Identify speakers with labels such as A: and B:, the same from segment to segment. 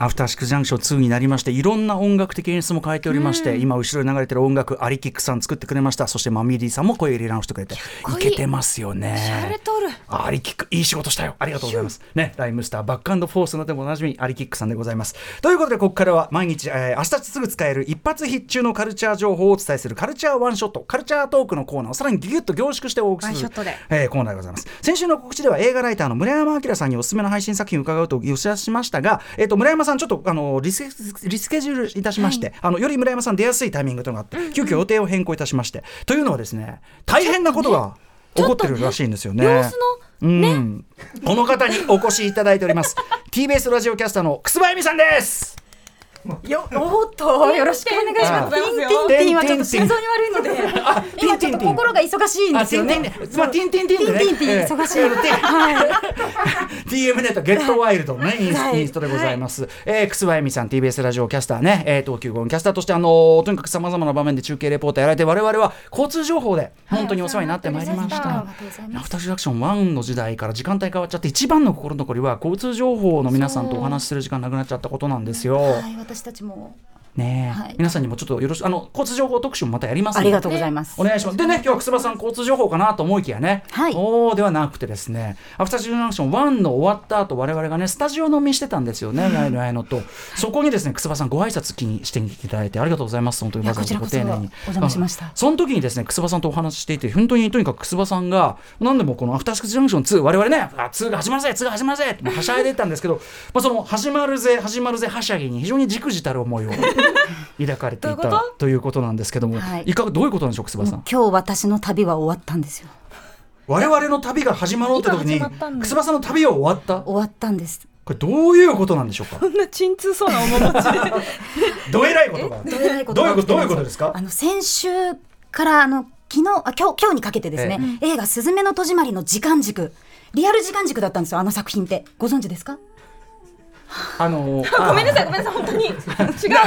A: アフターシックスジャンクション2になりまして、いろんな音楽的演出も変えておりまして、今後ろに流れてる音楽、アリキックさん作ってくれました。そしてマミーディさんも声入れ直してくれて、い
B: こいい
A: けてますよね。
B: 洒落とる
A: アリキック、いい仕事したよ。ありがとうございます。ね、ライムスター、バックアンドフォースなどでもおなじみ、アリキックさんでございます。ということで、ここからは毎日、えー明日すぐ使える一発必中のカルチャー情報をお伝えするカルチャーワンショット、カルチャートークのコーナーをさらにギュギュッと凝縮してお送りす
B: ワンショ
A: る
B: ットで、
A: えーコーナーでございます。先週の告知では映画ライターの村山明さんにおすすめの配信作品を伺うと寄せしましたが、えー、と村山さん、ちょっとあのリスリスケジュールいたしまして、あのより村山さん出やすいタイミングというのがあって、急遽予定を変更いたしまして、というのはですね、大変なことが起こってるらしいんですよね。
B: 様子の
A: うん、この方にお越しいただいており ます。TBS ラジオキャスターの楠葉由美さんです。
B: よおっとよろしくお願いします
A: テ
B: テ
A: ィ
B: ィ
A: ン
B: ン
A: テ
B: テ
A: ィ
B: ィ
A: ン
B: ン
A: テ
B: テ
A: ィ
B: ィ
A: ン
B: ン
A: は
B: は
A: ち
B: ち
A: ょ
B: ょ
A: っと心臓あ、
B: っと心臓に悪いので今ちょっと心が忙しいんですよね
A: あティンティンまあティンティンティンでね
B: ティンティンティン忙しい
A: えーえー TM ネットゲットワイルドのねインス
B: はい
A: インストでございます、えー、楠葉由美さん TBS ラジオキャスターね、えー、東急ゴンキャスターとしてあのーとにかくさまざまな場面で中継レポーターやられて我々は交通情報で本当にお世話になってまいりました、
B: ありがとうござい
A: ア
B: ます
A: フターシックスジャンクション1の時代から時間帯変わっちゃって一番の心残りは交通情報の皆さんとお話しする時間なくなっちゃったことなんですよ、
B: はい私たちも
A: ねえ、
B: はい
A: 皆さんにもちょっとよろしくあの交通情報特集もまたやりますの
B: あ
A: で
B: りがとうございます
A: お願いします。でね、今日は楠間さん、交通情報かなと思いきやね、
B: はい
A: そうではなくてですね、アフターシックスジャンクション1の終わった後、我々がね、スタジオ飲みしてたんですよね、やいのやいのと、そこにですね、楠間さん、ご挨拶気にしていただいて、ありがとうございます、本当に
B: い
A: わ
B: や
A: ざわざご
B: こちら
A: 丁
B: こそ
A: 寧に。
B: お邪魔しました
A: うんその時にですね、楠場さんとお話ししていて、本当にとにかく楠場さんが、何でもこのアフターシックスジャンクション2、我々ね、あ2が始まるぜ、2が始まるぜってもうはしゃいでたんですけど、 まあその始まるぜ、始まるぜ、はしゃぎに非常にじくじたる思いを 抱かれてい
B: どういうこ
A: たということなんですけども、
B: はい
A: いかがどういうことなんでしょう、楠場さん
B: 今。日私の旅は終わったんですよ
A: 我々の旅が始まろうって時に
C: 今始まったんだ
A: 楠葉さんの旅は終わったこ
B: 終わったんです
A: れどういうことなんでしょうか
C: こんな鎮痛そうな面持ちで
A: どえらいことが
B: どういうことが起きて
A: どう
B: ま
A: いうことですか
B: あの先週からあの昨日あ今日今日にかけてですね、映画「すずめの戸締まり」の時間軸リアル時間軸だったんですよあの作品ってご存知ですか
A: あ の
C: ごめんなさいごめんなさい本当に違う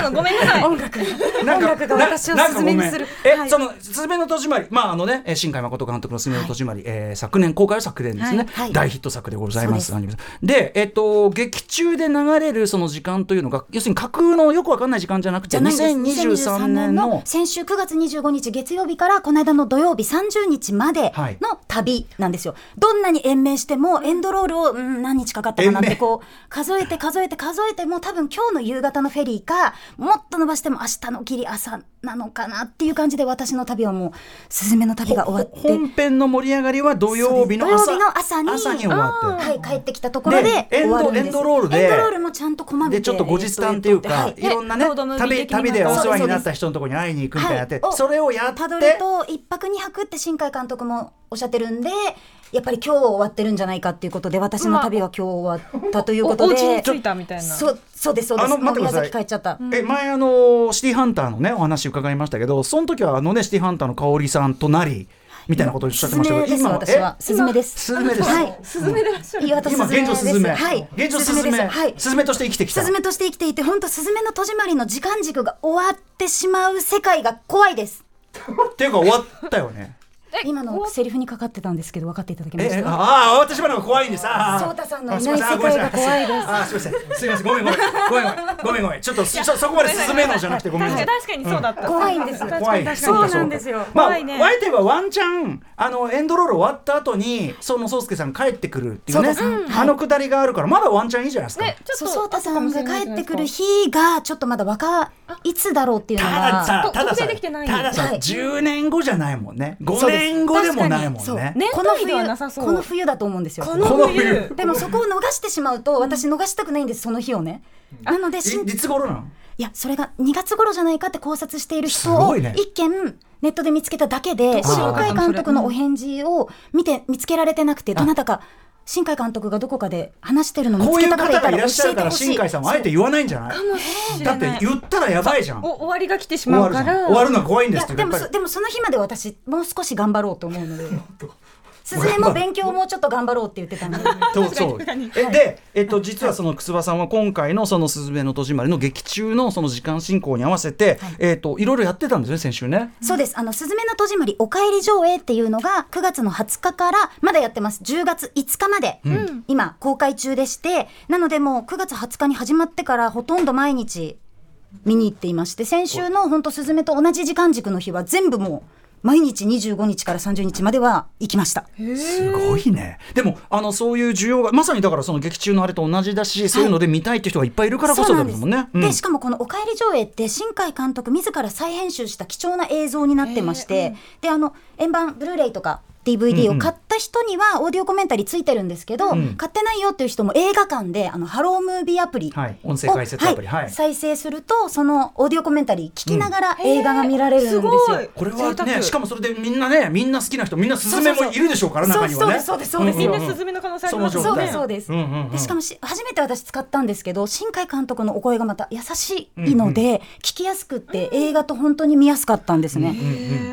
C: のごめんなさい
B: 音楽音楽が私を
A: な
B: すずめにする
A: なんかごめんえ、
B: はい
A: その「すずめの戸締まり」まああのねえー新海誠監督の「すずめの戸締まり」えー昨年公開は昨年ですね、
B: はいはい
A: 大ヒット作でございます
B: そ
A: アニメでえっ、と劇中で流れるその時間というのが要するに架空のよくわかんない時間じゃなくて
B: じゃないんです
A: 2023年の
B: 先週9月25日月曜日からこの間の土曜日30日まで
A: はい
B: の旅なんですよ、どんなに延命してもエンドロールを、うん、何日かかったかなっ
A: 延
B: て
A: 命
B: こう数えて数えて数えてもう多分今日の夕方のフェリーかもっと伸ばしても明日のギリ朝なのかなっていう感じで私の旅はもうすずめの旅が終わって
A: 本編の盛り上がりは土曜日の朝
B: そうです土曜日の朝に
A: 終わって。
B: はい、帰ってきたところで
A: でエン
B: 終
A: ド
B: わるんです
A: エンドロールで
B: エンドロールもちゃんとこまめて
A: でちょっと後日談っていうか、
B: はい
A: い、ろんなね
C: えロードムービー
A: 旅
C: 的な
A: 旅でお世話になった人のところに会いに行くみたいなやって、
B: はい
A: それをやって
B: たどると一泊二泊って新海監督もおっしゃってるんでやっぱり今日終わってるんじゃないかっていうことで私の旅は今日終わったということ
C: おお家
B: で
C: に着いたみたいな
B: そうそうですそうで
A: あの
B: す
A: 待
B: も
A: ってくだ
B: う宮
A: さい
B: 崎帰っちゃった、
A: え前あのシティハンターのねお話伺いましたけどその時はあのねシティハンターの香織さんとなりみたいなことをおっしゃって
B: スズ
A: ました
B: メ
A: けど
B: です
A: 今
B: 私は
A: え
B: スズメです
A: スズメです
B: はい
C: スズメでいらっしゃる
B: いい私
A: 今
B: スズ
A: 現
B: メで
A: 状
B: す
A: スズメ、
B: はい
A: 現状スズメ
B: スズメですはい
A: スズメとして生きてきた
B: スズメとして生きていて本当スズメの戸締まりの時間軸が終わってしまう世界が怖いです
A: っていうか終わったよね
B: 今のセリフにかかってたんですけど分かっていただけま
A: え
B: し
A: え
B: た
A: ああ私もなんか怖いんですああ
B: ソータさんの
A: あ
B: い
A: す
B: ない
A: ません
B: 世界が怖いです
A: あすみませんすみませんごめんごめんごめんごめんごめんごめんちょっ とそそこまで進めのじゃなくてごめんな
C: 確
A: さ
C: か
A: い
C: に確かにそうだった、
B: 怖いんですよ
C: 確
A: 怖
C: か
A: い
C: に確か
A: そ
C: に
A: うか
C: そうなんですよ、
A: まあ、
C: 怖いね
A: ワイテはワンチャンあのエンドロール終わった後にその宗介さん帰ってくるっていうね
B: そうですうん
A: あのくだりがあるからまだワンチャンいいじゃないですか、
C: ねち
B: そ
C: ょ
B: う
C: っと
B: そうたさんが帰ってくる日がちょっとまだ若いつだろうっていうの
A: ただ
B: が
A: さ
C: と
A: ただ
C: 特
A: さ
C: 定できてない
A: たださ、
B: はい
A: 10年後じゃないもんね5
B: そうです
A: 年後でもないも
B: そ
A: ん
B: う
A: ね
C: ね
B: この
C: 年単位で
B: 冬
C: はなさそう
B: この冬だと思うんですよ
C: この
A: この冬
C: 冬
B: でもそこを逃してしまうと私逃したくないんですその日をねなのでしん
A: いいつ頃なの
B: いやそれが2月頃じゃないかって考察している人
A: す
B: を
A: ごいね
B: 一件ネットで見つけただけで
C: どこ
A: で
B: 新海監督
C: う
B: の
C: ん
B: お返事を見て見つけられてなくてどなたか新海監督がどこかで話してるの見
A: こ
B: つ
A: うい
B: け
A: う
B: た方
A: 方が
B: がい
A: い
B: た
A: ら
B: ら
A: っしゃ
B: 教え
A: る
B: て
A: から
B: ほし
A: 新
B: い
A: 海さんはあえて言わないんじゃない
C: かもしれ
A: だ
C: な
A: っ
C: い
A: て言ったらやばいじゃん
C: お終わりが来てし
A: 終
C: ま
A: わ
C: う
A: るじゃ
C: か
A: ん
C: ら
A: 終わるのは怖いん
B: い
A: で
B: や
A: すって
B: でも
A: やっ
B: そ
A: ぱり
B: でもその日まで私もう少し頑張ろうと思うので鈴江も勉強をもうちょっと頑張ろうって言ってた んで
A: そう
C: 確かに
A: そう
C: 確かに
A: えで、えっと、実はその楠葉さんは今回の「そのすずめの戸締まり」の劇中のその時間進行に合わせて、いえっと、いろいろやってたんですね先週ね。
B: そうですあの「すずめの戸締まりおかえり上映」っていうのが9月の20日からまだやってます10月5日まで、今公開中でしてなのでもう9月20日に始まってからほとんど毎日見に行っていまして先週の本当すずめと同じ時間軸の日は全部もう毎日25日から30日までは行きました。
A: すごいねでもあのそういう需要がまさにだからその劇中のあれと同じだし、そういうので見たいって人がいっぱいいるからこそだもんね。
B: で
A: うん
B: しかもこの「おかえり上映」って新海監督自ら再編集した貴重な映像になってまして、であの円盤ブルーレイとか DVD を買った人にはオーディオコメンタリーついてるんですけど、
A: ん
B: 買ってないよっていう人も映画館であのハロームービーアプリを、
A: はい音声解説アプリはい
B: 再生するとそのオーディオコメンタリー聞きながら映画が見られるんですよ。
A: これはねしかもそれでみんなねみんな好きな人みんなスズメもいるでしょうから
B: そ
A: 中
B: う
A: にはね。
B: そうですそうですそうです
A: ん
C: みん
A: ん
C: なんスズメの可能性あります
B: そ
A: そうう
B: で
A: だ
B: す
A: よ
B: そうです、
A: うんうんうん
B: でしかもし初めて私使ったんですけど新海監督のお声がまた優しいので、聞きやすくって映画と本当に見やすかったんですね、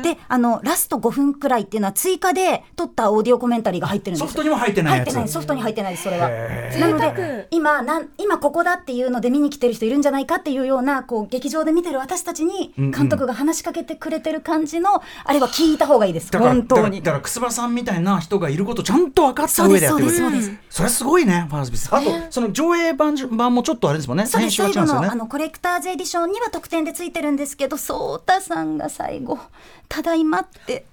B: であのラスト5分くらいっていうのは追加で撮ったオーディオコメンタリーが入ってるんです
A: ソ
B: よ
A: フトにも入ってない
B: 入っ
A: や
B: て
A: つ。
B: ないソフトに入ってないですそれは
A: へ
B: なの
C: 贅
B: で今なん今ここだっていうので見に来てる人いるんじゃないかっていうようなこう劇場で見てる私たちに監督が話しかけてくれてる感じのあれは聞いた方がいいです
A: だから
B: 本当に
A: だからだから楠葉さんみたいな人がいることをちゃんと分かった上でやってくれる
B: そうですそうですそうで
A: それはすごいねファンサービスあとその上映版版もちょっとあれですもんね
B: そうで
A: 編
B: す
A: 集は
B: 最
A: 違うんで
B: 後
A: すよ
B: の,、
A: ね
B: あのコレクターズエディションには特典でついてるんですけど颯太さんが最後「ただいま」って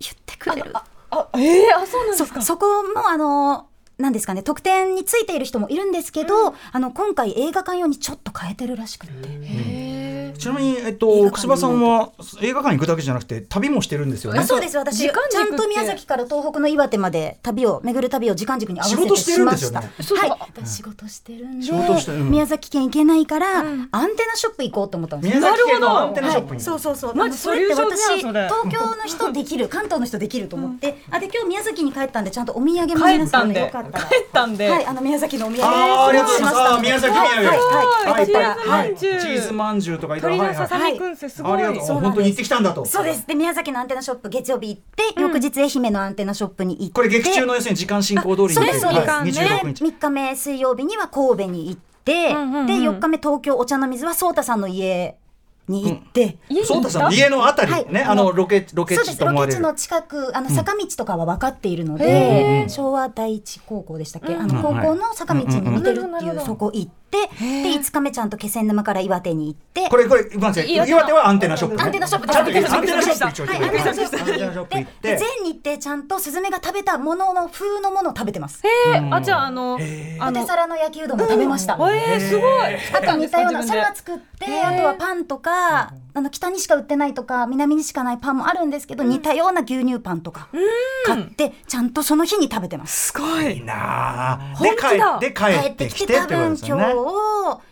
B: 言ってくれる
C: あ、ええ、あ、そうなんで
B: そ
C: すか。
B: そこもあのなんですかね特典についている人もいるんですけど、あの今回映画館用にちょっと変えてるらしくって
A: ちなみに、えっ
B: 映画
A: と、
B: 館
A: 楠葉さんは映画館行くだけじゃなくて旅もしてるんですよね
B: あ。そうです私
C: 時
B: ち
C: 間軸
B: ゃん
C: って
B: と宮崎から東北の岩手まで旅を巡る旅を時間軸に合わせ
A: 仕事
B: て
A: して
B: し
A: るん
B: ま
A: で
B: し
A: す
B: た
A: よね
C: そうそう
B: はい私仕事してるんで
A: 仕事してうん
B: 宮崎県行けないから、アンテナショップ行こうと思ったんですよ
A: 宮崎県のアンテナショップ
B: は
A: に。
B: い、そうそうそう。
C: マ
B: あ
C: ジ
B: のそれって
C: ソリュー
B: 私
C: ション
B: 東
C: じゃんそれ
B: 京の人できる関東の人できると思って、あで今日宮崎に帰ったんでちゃんとお土産も
C: 帰ったんで
B: よかったら
C: 帰ったんで
B: はいあの宮崎のお土産
A: あーありがとうございますあー宮崎土産
B: はいはいはい
C: すごい
B: はい
C: ま
A: は
C: ん
A: い、
C: じ
A: チ
C: ゅう
A: ーズまんじゅうとかいろい
C: 鳥
A: ろ。は
C: の
A: いは
C: さ
A: い
C: さみくんせすご
A: あ
C: い。
A: りがとう。本当に行ってきたんだと。
B: そうですで宮崎のアンテナショップ月曜日行って翌日愛媛のアンテナショップに行って
A: これ劇中の要するに時間進行通りに
B: そう
A: と
B: で
A: い
B: す
A: う
B: そうです
A: はい
C: ね
A: 26日。
B: 3日目水曜日には神戸に行って、
C: んうんうん
B: で4日目東京お茶の水は颯太さんの家に行って、
C: 家に
A: そう
C: 行
A: た
C: った
A: さんの家のあたり
B: はい
A: ね、あのロケロケ
B: そうで
A: 地
B: す
A: と思
B: ロ
A: わ
B: ケ
A: れ
B: 地
A: る。
B: の近くあの坂道とかは分かっているので、昭和第一高校でしたっけ、あの高校の坂道に似てる
C: うんうん
B: って
C: う
B: い
C: んうん
B: うそこ行って、で5日目ちゃんと気仙沼から岩手に行って
A: これこれ待って
C: 岩手の
A: 岩手はアンテナショップね。
B: アンテナショップ
A: ちゃんと行くアン
B: びっ
A: テ
B: く
A: ナ
B: り
A: ショ
B: し
A: ップ一
B: た
A: 応
B: はいアンテナショッ
A: ア
B: プ
A: ンテナショップ行っ
B: で
A: て。
B: 全日程ちゃんとスズメが食べたものの風のものを食べてます
C: えーあ、じゃああのあ
B: ポテ
C: の
B: サラの焼きうどんも食べました、
C: えーすごい。
B: あと似たようなサ
C: 自分で
B: ラダ作って、あとはパンとか、あの北にしか売ってないとか、南にしかないパンもあるんですけど、似たような牛乳パンとか買って、ちゃんとその日に食べてます。
C: すごい。
A: なあ。
C: 本当だ
A: で帰で帰
B: 帰っ
A: ってて
B: き
A: き
B: て
A: てっ
B: 多
A: てこと
B: 分
A: です
B: 今
A: よね。
B: 日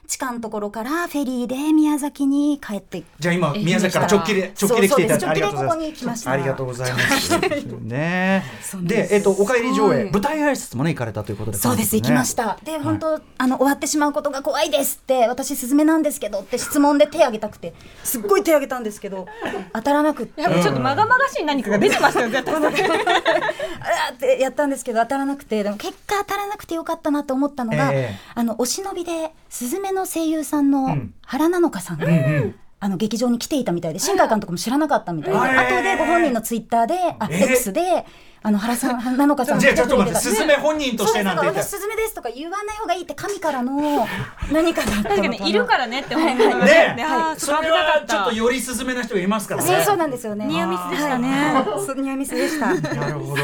B: 地下のところからフェリーで宮崎に帰って
A: じゃあ今宮崎から直帰で
B: そう
A: 直帰で来ていただいてあ
B: そうで
A: り
B: す
A: がとうござい
B: 直帰でここに来ま
A: ま
B: し
A: す。
B: た
A: ありがとうございます。 ね。で、えっとお帰り上映舞台挨拶もね行かれたということで。
B: そうです、行きまし。た。で、本当、あの、終わってしまうことが怖いですって、私、スズメなんですけどって質問で手挙げたくて、すっごい手挙げたんですけど、当たらなくって。
C: やっぱちょっとまがまがしい何かが出てましたよ絶対。
B: あらってやったんですけど当たらなくてでも結果当たらなくてよかったなと思ったのが、
A: ええ
B: あのお忍びでスズメの声優さん
A: う
B: の
A: ん
B: 原菜乃華さんが、あの劇場に来ていたみたいで新海監督も知らなかったみたいで、
A: あら
B: 後でご本人のツイッターで、あ
A: ええ
B: X であの原さん原菜乃華さん
A: じゃあちょっと待って、
B: 来てくれ
A: すずめ本人
B: そ
A: と
B: う
A: して
B: です
A: な
B: だ
A: ん
B: か
A: て言
B: ら
A: った
B: 私スズメですとか言わない方がいいって神から の何かだったの
C: 確
B: な
C: かにいるからねって思いながら
A: ねえ
C: あー
A: そ
C: そこ
A: れ
C: 危なか
A: は
C: っ
A: ちょ
C: た
A: っとよりすずめな人がいますからね。
B: そうそうなんですよね
C: ニアミスでしたね
B: はいそうニアミスでした
A: なるほど。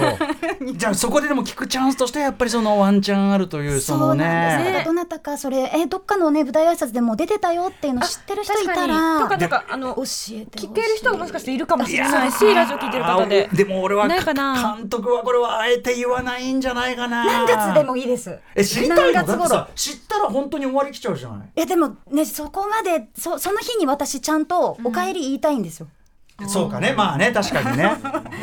A: じゃあそこででも聞くチャンスとしてやっぱりそのワンチャンあるというその
B: そうなん
A: ね。
B: ですだからどなたかそれえどっかのね舞台挨拶でも出てたよっていうの知ってる人いたら
C: とかなんかあの
B: 教えて
C: 教
B: ほしい
C: 聞ける人がもしかしているかもしれないしラジオ聞いてる方で
A: あ。でも俺は
C: ないかな
A: 監督はこれはあえて言わないんじゃないかな。
B: 何月でもいいです
A: え知りたいの
B: 何
A: だ
B: 月
A: って
B: 頃
A: さ知ったら本当に終わりきちゃうじゃない。
B: いやでもねそこまでそその日に私ちゃんとお帰り言いたいんですよ、
A: そうかね、まあね、確かにね、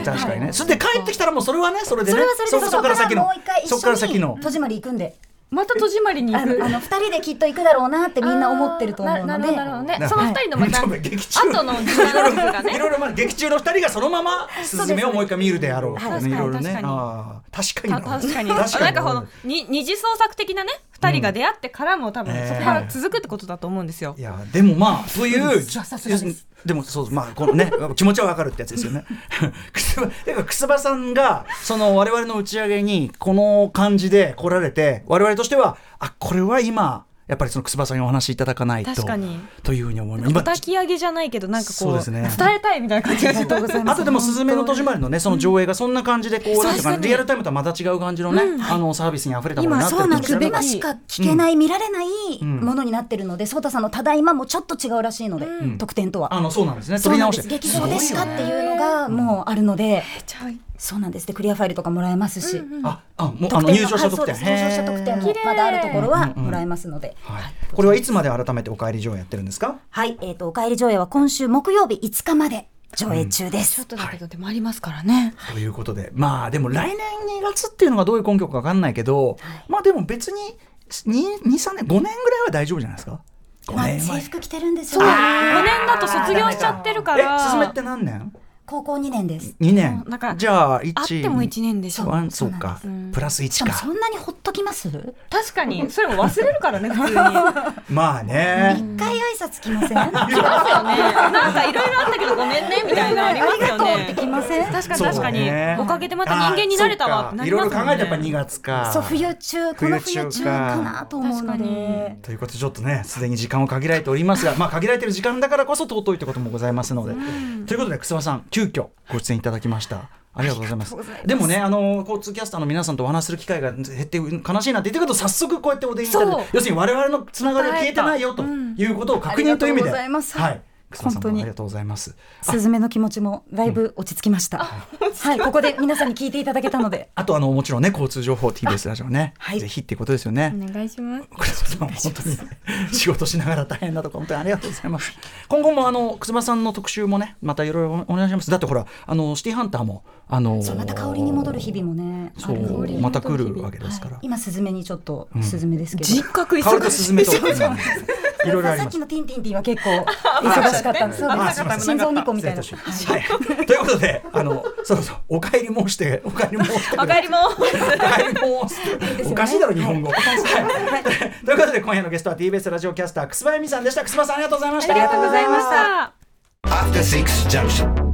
A: 確かにね。それで帰ってきたらもうそれはね、それでね、
B: それはそれで
A: そこから
B: そこ
A: 先
B: から
A: の
B: もう一回、
A: そこから
B: 一緒
A: 先
B: に
A: の。
B: 戸締まり行くんで
C: また戸締まりに行
B: あの
C: く
B: あの二人できっと行くだろうなってみんな思ってると思う
C: な
B: の
C: な
B: で
C: るほどなるほどね
A: な
C: その二人のまた
A: ちょっと劇中
C: 後の時間が
A: い
C: ね
A: ろいろまあ劇中の二人がそのままスズメをもう一回見るであろうとかね
C: はい
A: いろいろ
C: 確
A: ね
C: かに
A: ああ確かに
C: た確かに
A: 確かに
C: なんかこのに二次創作的なね二人が出会ってからも多分
A: うん
C: そこから続くってことだと思うんですよ
A: い、やでもまあそういう
C: さすがです
A: でもそうまあこのね気持ちはわかるってやつですよね。 くすばてかくすばさんがその我々の打ち上げにこの感じで来られて我々としてはあこれは今やっぱりそのくすばさんにお話しいただかないと
C: 確かに
A: というふうに思います。
C: お焚き上げじゃないけどなんかこ
A: そう
C: う
A: ですね
C: 伝えたいみたいな感じが
B: ありがとうござい
A: あ
B: ます
A: とでも「すずめの戸締まり」のねその上映がそんな感じでこうなんていうか
C: 確か
A: な
C: に
A: リアルタイムとはまた違う感じのね、あのサービスに溢れたものに
B: 今
A: なって
B: そうなんで
A: る
B: すよ
A: と
B: 今しか聞けない、見られない
A: ん
B: ものになってるので颯太さんの「ただいま」もちょっと違うらしいので、特典とは。
A: あのそうなんですね
B: そ
A: 撮
B: う
A: り
B: なん
A: 直
B: で
A: し
B: す
A: て
B: 劇場でしか
A: す
B: っ
A: ごいよね
B: ていうのがもうあるので、
C: ちゃい
B: そうなんですでクリアファイルとかもらえますし、
A: ああもうあ
B: 特典
A: の
B: も
A: 入場者
B: はいそ
A: 特
B: うで
A: 典
B: す入場者特典もまだあるところはもらえますので、
A: はい、これはいつまで改めてお帰り上映やってるんですか
B: はい、えっ、と、お帰り上映は今週木曜日5日まで上映中で
C: ちょっ
B: す。
C: とだけどでもありますからね、
A: ということでまあでも来年2月っていうのがどういう根拠か分かんないけど、まあでも別に23年5年ぐらいは大丈夫じゃないですか5
B: まあ、
A: 年
B: 制
A: 前
B: 服着てるんです
C: そう
B: よ、
C: 五
B: ね。
C: 年だと卒業しちゃってるか
A: えすずめっ
C: ら
A: て何年
B: 高校2年です。
A: 2年
C: うんなんか
A: じゃあ1
C: あっても一年でしょ
A: ワンそうかプラス
B: し
A: 1
B: かも
A: か
B: そんなにほっときます
C: 確かにそれも忘れるからね普通にあ
A: まあね
B: 一回挨拶来ませんあ
C: りますよねなんかいろいろあったけどごめんねみたいなのあります
B: りが
C: よ
B: とうって
C: ね
B: 来ません
C: 確かに
A: そう
C: 確かに、
A: ね
C: おかげでまた人間になれたわって
A: あ
C: な
A: ー
C: り
A: そ
C: ま
A: う
C: す
A: かいろいろ
C: も
A: 考
C: んね
A: えてやっぱ2月か
B: そう、冬中、この冬中かなと思うの
C: 冬中
B: で。
A: ということでちょっとねすでに時間を限られておりますが、まあ、限られてる時間だからこそ尊いということもございますので。ということで楠間さん急遽ご出演いただきました。ありがとうございますでもねあの交通キャスターの皆さんとお話しする機会が減って悲しいなって言ってるけど早速こうやってお出にいただい
C: そう
A: て要するに我々のつながりは消えてないよということを確認という意味で、
B: ありがとうございます
A: はい楠間さんどうも
B: 本当に
A: ありがとうございます
B: すずめの気持ちもだいぶ落ち着きました。はい、ここで皆さんに聞いていただけたので。
A: あとあのもちろんね交通情報 TBS ラジオね、
B: はい
A: ぜひっていうことですよね、
C: お願いします
A: 楠間さんは本当に仕事しながら大変なとこ本当にありがとうございます今後もあの楠間さんの特集もねまたいろいろお願いしますだってほらあのシティハンターもあの
B: そう、また香りに戻る日々もね。
A: そ
B: あるの
A: う
B: で
A: また来るわけですから、
B: 今すずめにちょっと、すずめですけど。
C: 人格
A: 香り
C: 忙
A: と
C: し
A: ス
C: い
A: ズメといろいろあり
B: さっ
A: ま
B: き
A: す
B: のティンティンティンは 結構忙しかったんです。そう
A: あ
B: です
A: いません
B: 心臓2個みたいな。
A: 失礼しましたはい、ということであのそろそろお帰り申してお帰り申して
C: わかりま す
A: おかしいだろ日本語、はい ということで今夜のゲストは TBS ラジオキャスター楠葉由美さんでした楠葉さんありがとうございました
C: ありがとうございました。
D: After Six Junction.